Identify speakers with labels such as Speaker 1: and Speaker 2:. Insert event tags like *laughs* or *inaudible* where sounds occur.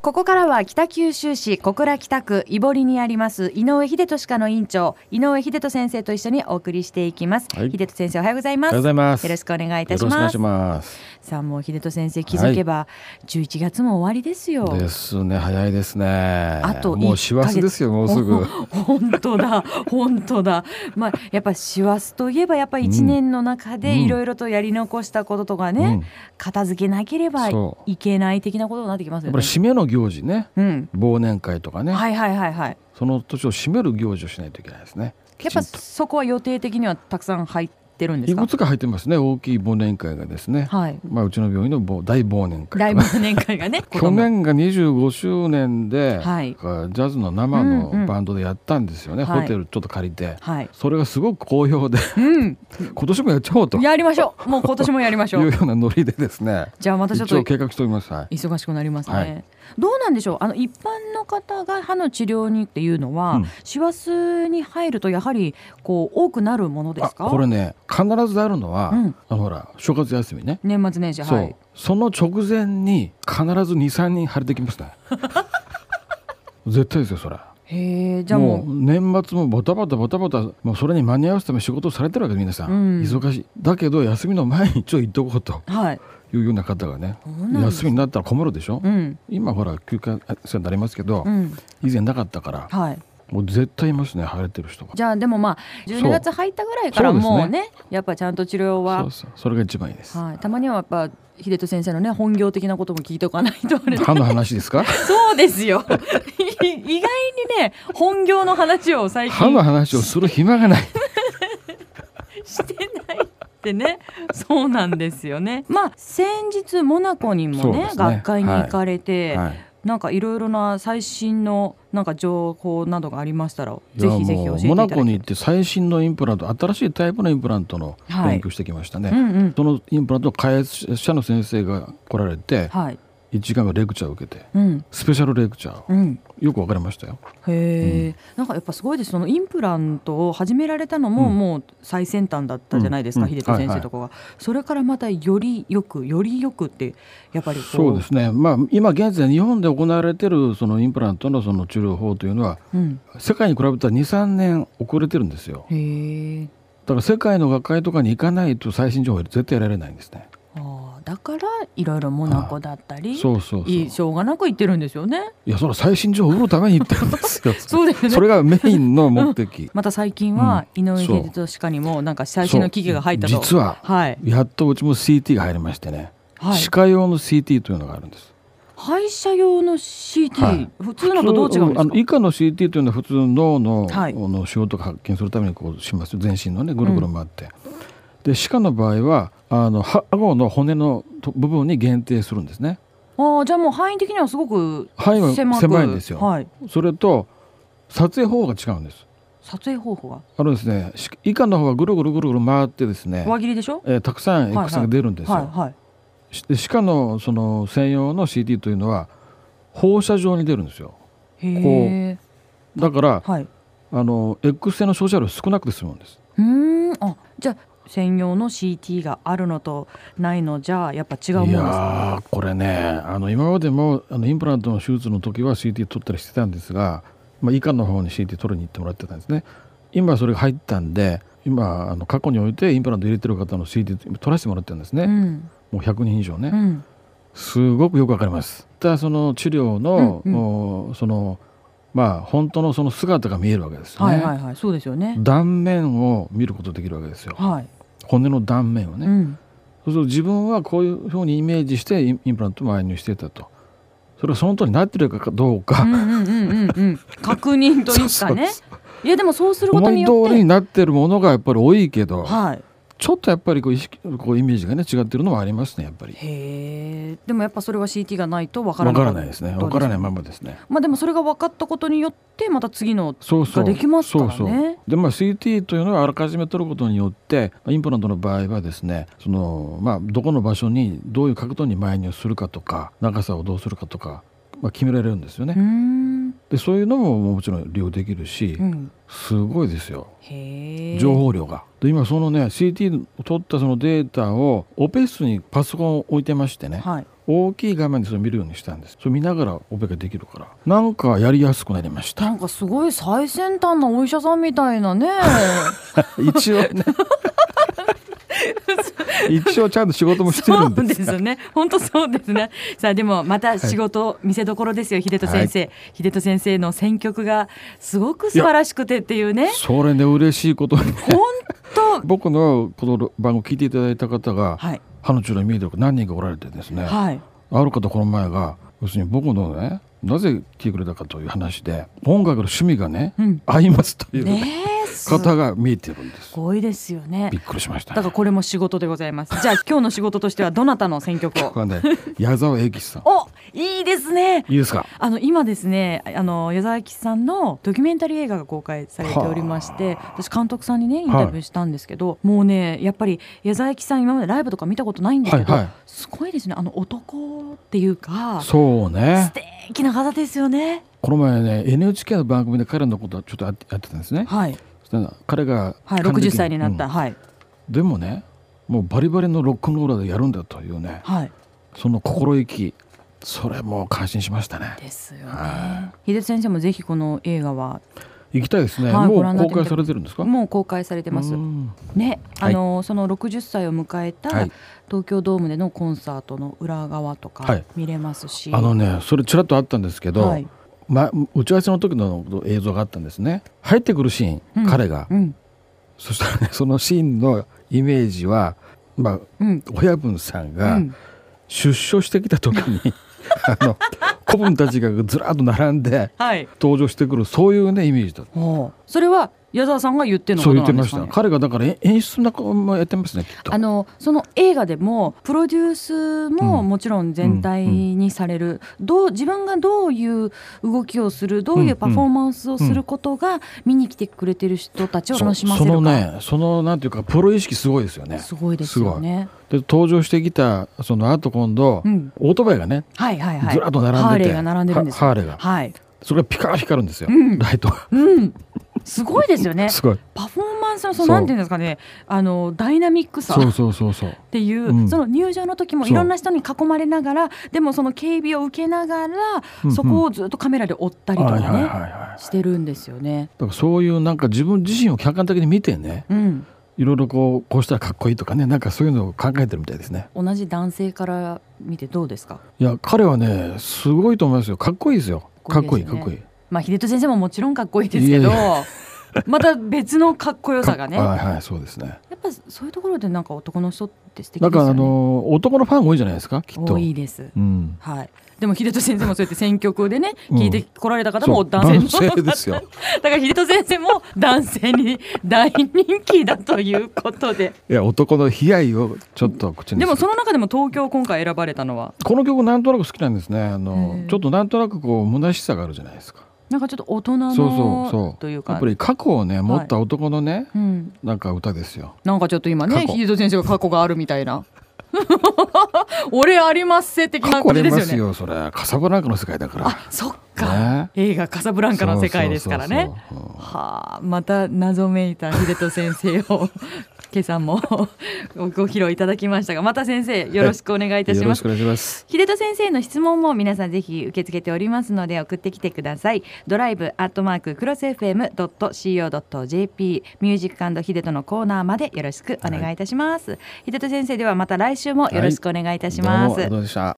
Speaker 1: ここからは北九州市小倉北区井堀にあります井上秀俊科の院長井上秀人先生と一緒にお送りしていきます、
Speaker 2: はい
Speaker 1: 秀人先生おはようございま
Speaker 2: おは
Speaker 1: す
Speaker 2: ようございます。
Speaker 1: よろしくお願いいた
Speaker 2: よ
Speaker 1: し
Speaker 2: ろくお願
Speaker 1: ま
Speaker 2: い
Speaker 1: す
Speaker 2: します。
Speaker 1: さあもう秀人先生気づけば11月も終わりですよ、
Speaker 2: ですね、早いですね。あ
Speaker 1: と
Speaker 2: もう
Speaker 1: 1
Speaker 2: 師走ですよ、もうすぐ。
Speaker 1: *laughs* 本当だ本当だまあやっぱ師走といえばやっぱ一年の中でいろいろとやり残したこととかね、
Speaker 2: うん
Speaker 1: 片付けなければ
Speaker 2: そう
Speaker 1: いけない的なことになってきます
Speaker 2: や
Speaker 1: よ
Speaker 2: っぱ
Speaker 1: ね
Speaker 2: り。締めの行事ね、
Speaker 1: うん、
Speaker 2: 忘年会とかね、
Speaker 1: はいはいはいはい。
Speaker 2: その年を締める行事をしないといけないですね。
Speaker 1: やっ
Speaker 2: きち
Speaker 1: ぱ
Speaker 2: んと
Speaker 1: そこは予定的にはたくさん入ってるんで
Speaker 2: い
Speaker 1: すか
Speaker 2: く。つか入ってますね、大きい忘年会がですね。
Speaker 1: はい。
Speaker 2: まあ、うちの病院の忘大忘年
Speaker 1: 大
Speaker 2: 会とか。
Speaker 1: 忘年会が
Speaker 2: *laughs*
Speaker 1: ね。
Speaker 2: 去年が25周年で、
Speaker 1: はい
Speaker 2: ジャズの生
Speaker 1: うんうん
Speaker 2: のバンドでやったんですよね、
Speaker 1: はい
Speaker 2: ホテルちょっと借りて、
Speaker 1: はい。
Speaker 2: それがすごく好評で
Speaker 1: うん。
Speaker 2: *laughs* 今年もやっちゃおうというよ
Speaker 1: やりまし
Speaker 2: *laughs*
Speaker 1: ょう。もう今年もやりましょ
Speaker 2: う
Speaker 1: う。
Speaker 2: ようなノリでですね
Speaker 1: *laughs* じゃあまたちょっ
Speaker 2: 一
Speaker 1: と
Speaker 2: 応計画しております、はい、
Speaker 1: 忙しくなりますね。
Speaker 2: はい
Speaker 1: どうなんでしょう。あの一般の方が歯の治療にっていうのは、
Speaker 2: うん
Speaker 1: 師走に入るとやはりこう多くなるものですか。
Speaker 2: あこれね必ずあるのは、
Speaker 1: うん
Speaker 2: あのほら正月休みね、
Speaker 1: 年末年始
Speaker 2: そう、
Speaker 1: はい。
Speaker 2: その直前に必ず23人腫れてきます
Speaker 1: *laughs*
Speaker 2: ね絶対ですよそれ
Speaker 1: へえじゃあもう
Speaker 2: う年末もバタバタバタバタもうそれに間に合わすために仕事をされてるわけで皆さん、
Speaker 1: うん
Speaker 2: 忙しいだけど休みの前に一応行っとこうと
Speaker 1: はい。
Speaker 2: いうような方がね
Speaker 1: そうなんです
Speaker 2: 休みになったら困るでしょ、
Speaker 1: うん
Speaker 2: 今ほら休暇制になりますけど、
Speaker 1: うん
Speaker 2: 以前なかったから
Speaker 1: はい。
Speaker 2: もう絶対いますね腫れてる人が
Speaker 1: じゃあでもまあ12
Speaker 2: そう
Speaker 1: 月入ったぐらいから
Speaker 2: そうですね
Speaker 1: もうねやっぱちゃんと治療
Speaker 2: そ
Speaker 1: は
Speaker 2: う、そうそれが一番いいです、
Speaker 1: はい、たまにはやっぱ秀人先生のね本業的なことも聞いておかないとあれ
Speaker 2: 歯の話です
Speaker 1: *laughs*
Speaker 2: か
Speaker 1: そうですよ *laughs* い意外にね本業の話を最
Speaker 2: 歯
Speaker 1: 近
Speaker 2: の話をする暇がない。
Speaker 1: してないってねそうなんですよ
Speaker 2: *laughs*
Speaker 1: ねまあ先日モナコにも
Speaker 2: そう
Speaker 1: ね
Speaker 2: ですね
Speaker 1: 学会に行かれて、
Speaker 2: はい。
Speaker 1: なんかいろいろな最新のなんか情報などがありましたら
Speaker 2: いや
Speaker 1: ぜひぜひ教
Speaker 2: も
Speaker 1: え
Speaker 2: う
Speaker 1: てい
Speaker 2: モ
Speaker 1: ただ
Speaker 2: ナ
Speaker 1: き
Speaker 2: コに行って最新のインプラント、新しいタイプのインプラントの
Speaker 1: はい
Speaker 2: 勉強してきましたね。
Speaker 1: うんうん
Speaker 2: そのインプラントの開発者の先生が来られて、
Speaker 1: はい
Speaker 2: 1時間のレクチャーを受けて、
Speaker 1: うん
Speaker 2: スペシャルレクチャーを
Speaker 1: うん
Speaker 2: よくわかりましたよ。
Speaker 1: へえ、なんかやっぱすごいですそのインプラントを始められたのも、
Speaker 2: うん
Speaker 1: もう最先端だったじゃないですか、
Speaker 2: うん
Speaker 1: 秀人先生とかが、それからまたよりよくよりよくってやっぱりこう
Speaker 2: そうですね。まあ今現在日本で行われているそのインプラントのその治療法というのは、
Speaker 1: うん、
Speaker 2: 世界に比べたら2、3年遅れてるんですよ。
Speaker 1: へえ
Speaker 2: だから世界の学会とかに行かないと最新情報絶対得られないんですね。
Speaker 1: ああだからいろいろモナコだったり
Speaker 2: そうそうそう。
Speaker 1: いいしょうがなく言ってるんですよね
Speaker 2: いやそれは最新情報を売るために言ってるんで
Speaker 1: *laughs*
Speaker 2: すよ
Speaker 1: そうですね
Speaker 2: *laughs* それがメインの
Speaker 1: *laughs*
Speaker 2: 目的
Speaker 1: また最近は井上
Speaker 2: そう
Speaker 1: 秀人歯科にもなんか最新の機器が入ったと
Speaker 2: そう実は
Speaker 1: はい、
Speaker 2: やっとうちも CT が入りましてね、
Speaker 1: はい、
Speaker 2: 歯科用の CT というのがあるんです
Speaker 1: 歯医者用の CT、
Speaker 2: はい
Speaker 1: 普通のとどう違うん
Speaker 2: 普通あの
Speaker 1: です
Speaker 2: 以下の CT というのは普通の脳の,、
Speaker 1: はい
Speaker 2: の腫瘍とか発見するためにこうしますよ全身のねぐるぐる回って、で歯科の場合はあの歯顎の骨のと部分に限定するんですね
Speaker 1: かああじゃあもう範囲的にはすごく
Speaker 2: 範囲は
Speaker 1: 狭く
Speaker 2: 狭いんですよ
Speaker 1: はい
Speaker 2: それと撮影方法が違うんです
Speaker 1: 撮影方法は
Speaker 2: あのですね歯以下の方がぐるぐるぐるぐる回ってですね、
Speaker 1: 輪切りでしょ
Speaker 2: えーたくさん
Speaker 1: はいはい
Speaker 2: X 線が出るんですよ、
Speaker 1: はいはい
Speaker 2: しで歯科のその専用の CT というのは放射状に出るんですよ
Speaker 1: へえ
Speaker 2: だから
Speaker 1: はい
Speaker 2: あの X 線の照射量少なくて済むんです
Speaker 1: うーんあじゃあ専用の CT があるのとないのじゃあやっぱ違うもん
Speaker 2: い
Speaker 1: です
Speaker 2: や
Speaker 1: か
Speaker 2: ーこれねあの今までもあのインプラントの手術の時は CT 取ったりしてたんですが、まあ、以下の方に CT 取りに行ってもらってたんですね今それが入ったんで今あの過去においてインプラント入れてる方の CT 取らせてもらってるんですね、
Speaker 1: うん
Speaker 2: もう100人以上ね、
Speaker 1: うん
Speaker 2: すごくよくわかります。たその治療の、
Speaker 1: うんうん
Speaker 2: おそのまあ本当のその姿が見えるわけですね。
Speaker 1: はいはいはいそうですよね
Speaker 2: 断面を見ることできるわけですよ。
Speaker 1: はい
Speaker 2: 骨の断面をね。
Speaker 1: うん
Speaker 2: そうすると自分はこういうふうにイメージしてインインプラントも介入してたと。それがその通りになってるかどう
Speaker 1: う
Speaker 2: か、
Speaker 1: んうんうんうんうん確認という
Speaker 2: *laughs* そ
Speaker 1: か
Speaker 2: うそう
Speaker 1: ねいやでもそうすること
Speaker 2: 思
Speaker 1: に
Speaker 2: い
Speaker 1: よっ
Speaker 2: 通りに
Speaker 1: て
Speaker 2: なってるものがやっぱり多いけど、
Speaker 1: はい
Speaker 2: ちょっとやっぱりこう意識こうイメージがね違ってるのはありますねやっぱり。
Speaker 1: へえでもやっぱそれは CT がないとわから
Speaker 2: わ
Speaker 1: な
Speaker 2: か
Speaker 1: かっ
Speaker 2: ら
Speaker 1: た
Speaker 2: ないですね。わからないままですね。
Speaker 1: まあでもそれが分かったことによってまた次の
Speaker 2: そうそう
Speaker 1: ができますからね
Speaker 2: そうそうでまあ CT というのはあらかじめ取ることによってインプラントの場合はですねその、まあ、どこの場所にどういう角度に埋入するかとか長さをどうするかとか、まあ、決められるんですよ
Speaker 1: うー
Speaker 2: ね。
Speaker 1: ん
Speaker 2: でそういうのももちろん利用できるし
Speaker 1: うん
Speaker 2: すごいですよ
Speaker 1: へえ
Speaker 2: 情報量が。で今そのね CT を取ったそのデータをオペ室にパソコンを置いてましてね
Speaker 1: はい
Speaker 2: 大きい画面でそれ見るようにしたんですそれ見ながらオペができるからなんかやりやすくなりまし
Speaker 1: な
Speaker 2: た
Speaker 1: んかすごい最先端なお医者さんみたいな
Speaker 2: *laughs*
Speaker 1: ね
Speaker 2: 一応ね一応ちゃんと仕事もして
Speaker 1: そ
Speaker 2: るん
Speaker 1: う
Speaker 2: で
Speaker 1: ですすね本当そうですねさあでもまた仕事、見せどころですよ秀人先生、秀人先生の選曲がすごく素晴らしくてっていうね
Speaker 2: それで嬉しいこと
Speaker 1: *laughs*
Speaker 2: に
Speaker 1: 本当
Speaker 2: 僕のこの番組聞いていただいた方が
Speaker 1: はい
Speaker 2: 歯の治療に見えてる方何人かおられてですね、
Speaker 1: はい
Speaker 2: ある方この前が要するに僕のねなぜ来てくれたかという話で音楽の趣味がね、
Speaker 1: うん
Speaker 2: 合いますという、
Speaker 1: ねえす
Speaker 2: 方が見えてるんです
Speaker 1: すごいですよね
Speaker 2: びっくりしました
Speaker 1: だからこれも仕事でございますじゃあ今日の仕事としてはどなたの選曲
Speaker 2: 僕
Speaker 1: を
Speaker 2: はね矢沢永吉さん
Speaker 1: おいいですね
Speaker 2: いいですか
Speaker 1: あの今ですねあの矢沢永吉さんのドキュメンタリー映画が公開されておりまして私監督さんにねインタビューしたんですけど、もうねやっぱり矢沢永吉さん今までライブとか見たことないんですけど、
Speaker 2: はいはい
Speaker 1: すごいですねあの男っていうか素
Speaker 2: そうね
Speaker 1: 敵な方ですよね
Speaker 2: この前ね NHK の番組で彼のことはちょっとやってやってたんですね
Speaker 1: はい、
Speaker 2: そしたら彼が
Speaker 1: はい、60
Speaker 2: 還暦
Speaker 1: 歳になった、
Speaker 2: うん
Speaker 1: はい
Speaker 2: でもねもうバリバリのロックンローラーでやるんだというね
Speaker 1: はい
Speaker 2: その心意気それもう感心しましたね
Speaker 1: ですよね
Speaker 2: は
Speaker 1: 秀津先生もぜひこの映画は
Speaker 2: 行きたいですね、
Speaker 1: はいご覧にな
Speaker 2: も
Speaker 1: っ
Speaker 2: う
Speaker 1: て
Speaker 2: 公
Speaker 1: みて
Speaker 2: 開されてるんですか
Speaker 1: もう公開されてます
Speaker 2: うん
Speaker 1: ね、あ
Speaker 2: はい
Speaker 1: のその60歳を迎えた
Speaker 2: はい
Speaker 1: 東京ドームでのコンサートの裏側と
Speaker 2: は
Speaker 1: か
Speaker 2: い
Speaker 1: 見れますし、
Speaker 2: あのねそれちらっとあったんですけど、
Speaker 1: はい
Speaker 2: ま、打ち合わせの時の映像があったんですね入ってくるシーン、
Speaker 1: うん
Speaker 2: 彼が、
Speaker 1: うん
Speaker 2: そしたらねそのシーンのイメージは、まあ、
Speaker 1: うん
Speaker 2: 親分さん
Speaker 1: う
Speaker 2: が
Speaker 1: ん
Speaker 2: 出所してきた時に、 *laughs* あの子分たちがずらっと並んで
Speaker 1: はい
Speaker 2: 登場してくるそういうねイメージだった
Speaker 1: ほうそれは矢沢さんが言ってのこ
Speaker 2: そう
Speaker 1: と
Speaker 2: 言っ
Speaker 1: な
Speaker 2: て
Speaker 1: んで
Speaker 2: ますし
Speaker 1: か
Speaker 2: た
Speaker 1: ね
Speaker 2: 彼がだからえ演出なんかもやってますねきっと
Speaker 1: あのその映画でもプロデュースも
Speaker 2: うん
Speaker 1: もちろん全体にされる、どう自分がどういう動きをするどういうパフォーマンスをすることが見に来てくれてる人たちを楽
Speaker 2: そ
Speaker 1: しませ
Speaker 2: そ
Speaker 1: るか
Speaker 2: のねそのなんていうかプロ意識すごいですよね
Speaker 1: すごいですよね。
Speaker 2: で登場してきたその後今度、
Speaker 1: うん
Speaker 2: オートバイがね
Speaker 1: はいはいはい。
Speaker 2: ずらっと並んでて
Speaker 1: ハーレーが並んでるんですよ。
Speaker 2: ハハーレーが
Speaker 1: はい。
Speaker 2: それがピカー光るんですよ、
Speaker 1: うん
Speaker 2: ライトが
Speaker 1: うん。すごいですよね。
Speaker 2: すごい
Speaker 1: パフォーマンスのその
Speaker 2: そう
Speaker 1: なんていうんですかね、あのダイナミックさ
Speaker 2: そう
Speaker 1: っ
Speaker 2: そうそうそう
Speaker 1: ていう、
Speaker 2: うん
Speaker 1: その入場の時も
Speaker 2: そう
Speaker 1: いろんな人に囲まれながら、でもその警備を受けながら、
Speaker 2: うん
Speaker 1: そこをずっとカメラで追ったりとかね、
Speaker 2: はいはいはいはい
Speaker 1: してるんですよね。
Speaker 2: だからそういうなんか自分自身を客観的に見てね
Speaker 1: うん。
Speaker 2: いろいろこうこうしたらかっこいいとかねなんかそういうのを考えてるみたいですね
Speaker 1: 同じ男性から見てどうですか。
Speaker 2: いや彼はねすごいと思いますよかっこいいですよ
Speaker 1: か
Speaker 2: か
Speaker 1: っ
Speaker 2: っ
Speaker 1: こ
Speaker 2: こ
Speaker 1: いい
Speaker 2: いい
Speaker 1: です
Speaker 2: か
Speaker 1: ね
Speaker 2: っこいい
Speaker 1: まあ秀人先生ももちろんかっこいいですけど
Speaker 2: いえい、
Speaker 1: *laughs* また別のかっこよさがね、
Speaker 2: か
Speaker 1: や
Speaker 2: はいはいそうですね
Speaker 1: っぱそういうところでなんか男の人って素敵
Speaker 2: な
Speaker 1: です
Speaker 2: ん
Speaker 1: よ
Speaker 2: か
Speaker 1: ね。
Speaker 2: あの男のファン多いじゃないですかきっと
Speaker 1: 多いです。
Speaker 2: うん
Speaker 1: はい。でも秀人先生もそうやって選曲でね、
Speaker 2: うん
Speaker 1: 聞いてこられた方
Speaker 2: そ
Speaker 1: も
Speaker 2: う
Speaker 1: 男性の
Speaker 2: 男性ですよ
Speaker 1: *laughs* だから秀人先生も男性に大人気だということ
Speaker 2: *laughs*
Speaker 1: で。
Speaker 2: いや男の悲哀をちょっと口にする
Speaker 1: でもその中でも東京を今回選ばれたのは
Speaker 2: この曲なんとなく好きなんですねあの
Speaker 1: へえ
Speaker 2: ちょっとなんとなくこう虚しさがあるじゃないですか
Speaker 1: なんかちょっと大人の
Speaker 2: そうそうそう
Speaker 1: というか。
Speaker 2: やっぱり過去をね持った男のね、
Speaker 1: うん、
Speaker 2: なんか歌ですよ
Speaker 1: なんかちょっと今ね
Speaker 2: 過去
Speaker 1: 秀人先生が過去があるみたいな *laughs* 俺ありますせ的な
Speaker 2: 過去
Speaker 1: 感じ
Speaker 2: あり
Speaker 1: ですよ
Speaker 2: ます
Speaker 1: ね
Speaker 2: よそれカサブランカの世界だから
Speaker 1: あそっか、
Speaker 2: ね
Speaker 1: 映画「カサブランカ」の世界ですからね
Speaker 2: そうそうそうそう
Speaker 1: はあ、また謎めいた秀人先生を *laughs* 今朝も *laughs* ご披露いただきましたがまた先生よろしくお願いいたし
Speaker 2: よろ
Speaker 1: ま
Speaker 2: し
Speaker 1: す
Speaker 2: くお願いします
Speaker 1: 秀人先生の質問も皆さんぜひ受け付けておりますので送ってきてくださいドライブアットマーククロス FM.co.jp ミュージック秀人のコーナーまでよろしくお願いいたします、秀人先生ではまた来週もよろしくお願いいたします、
Speaker 2: どうもありがとうございました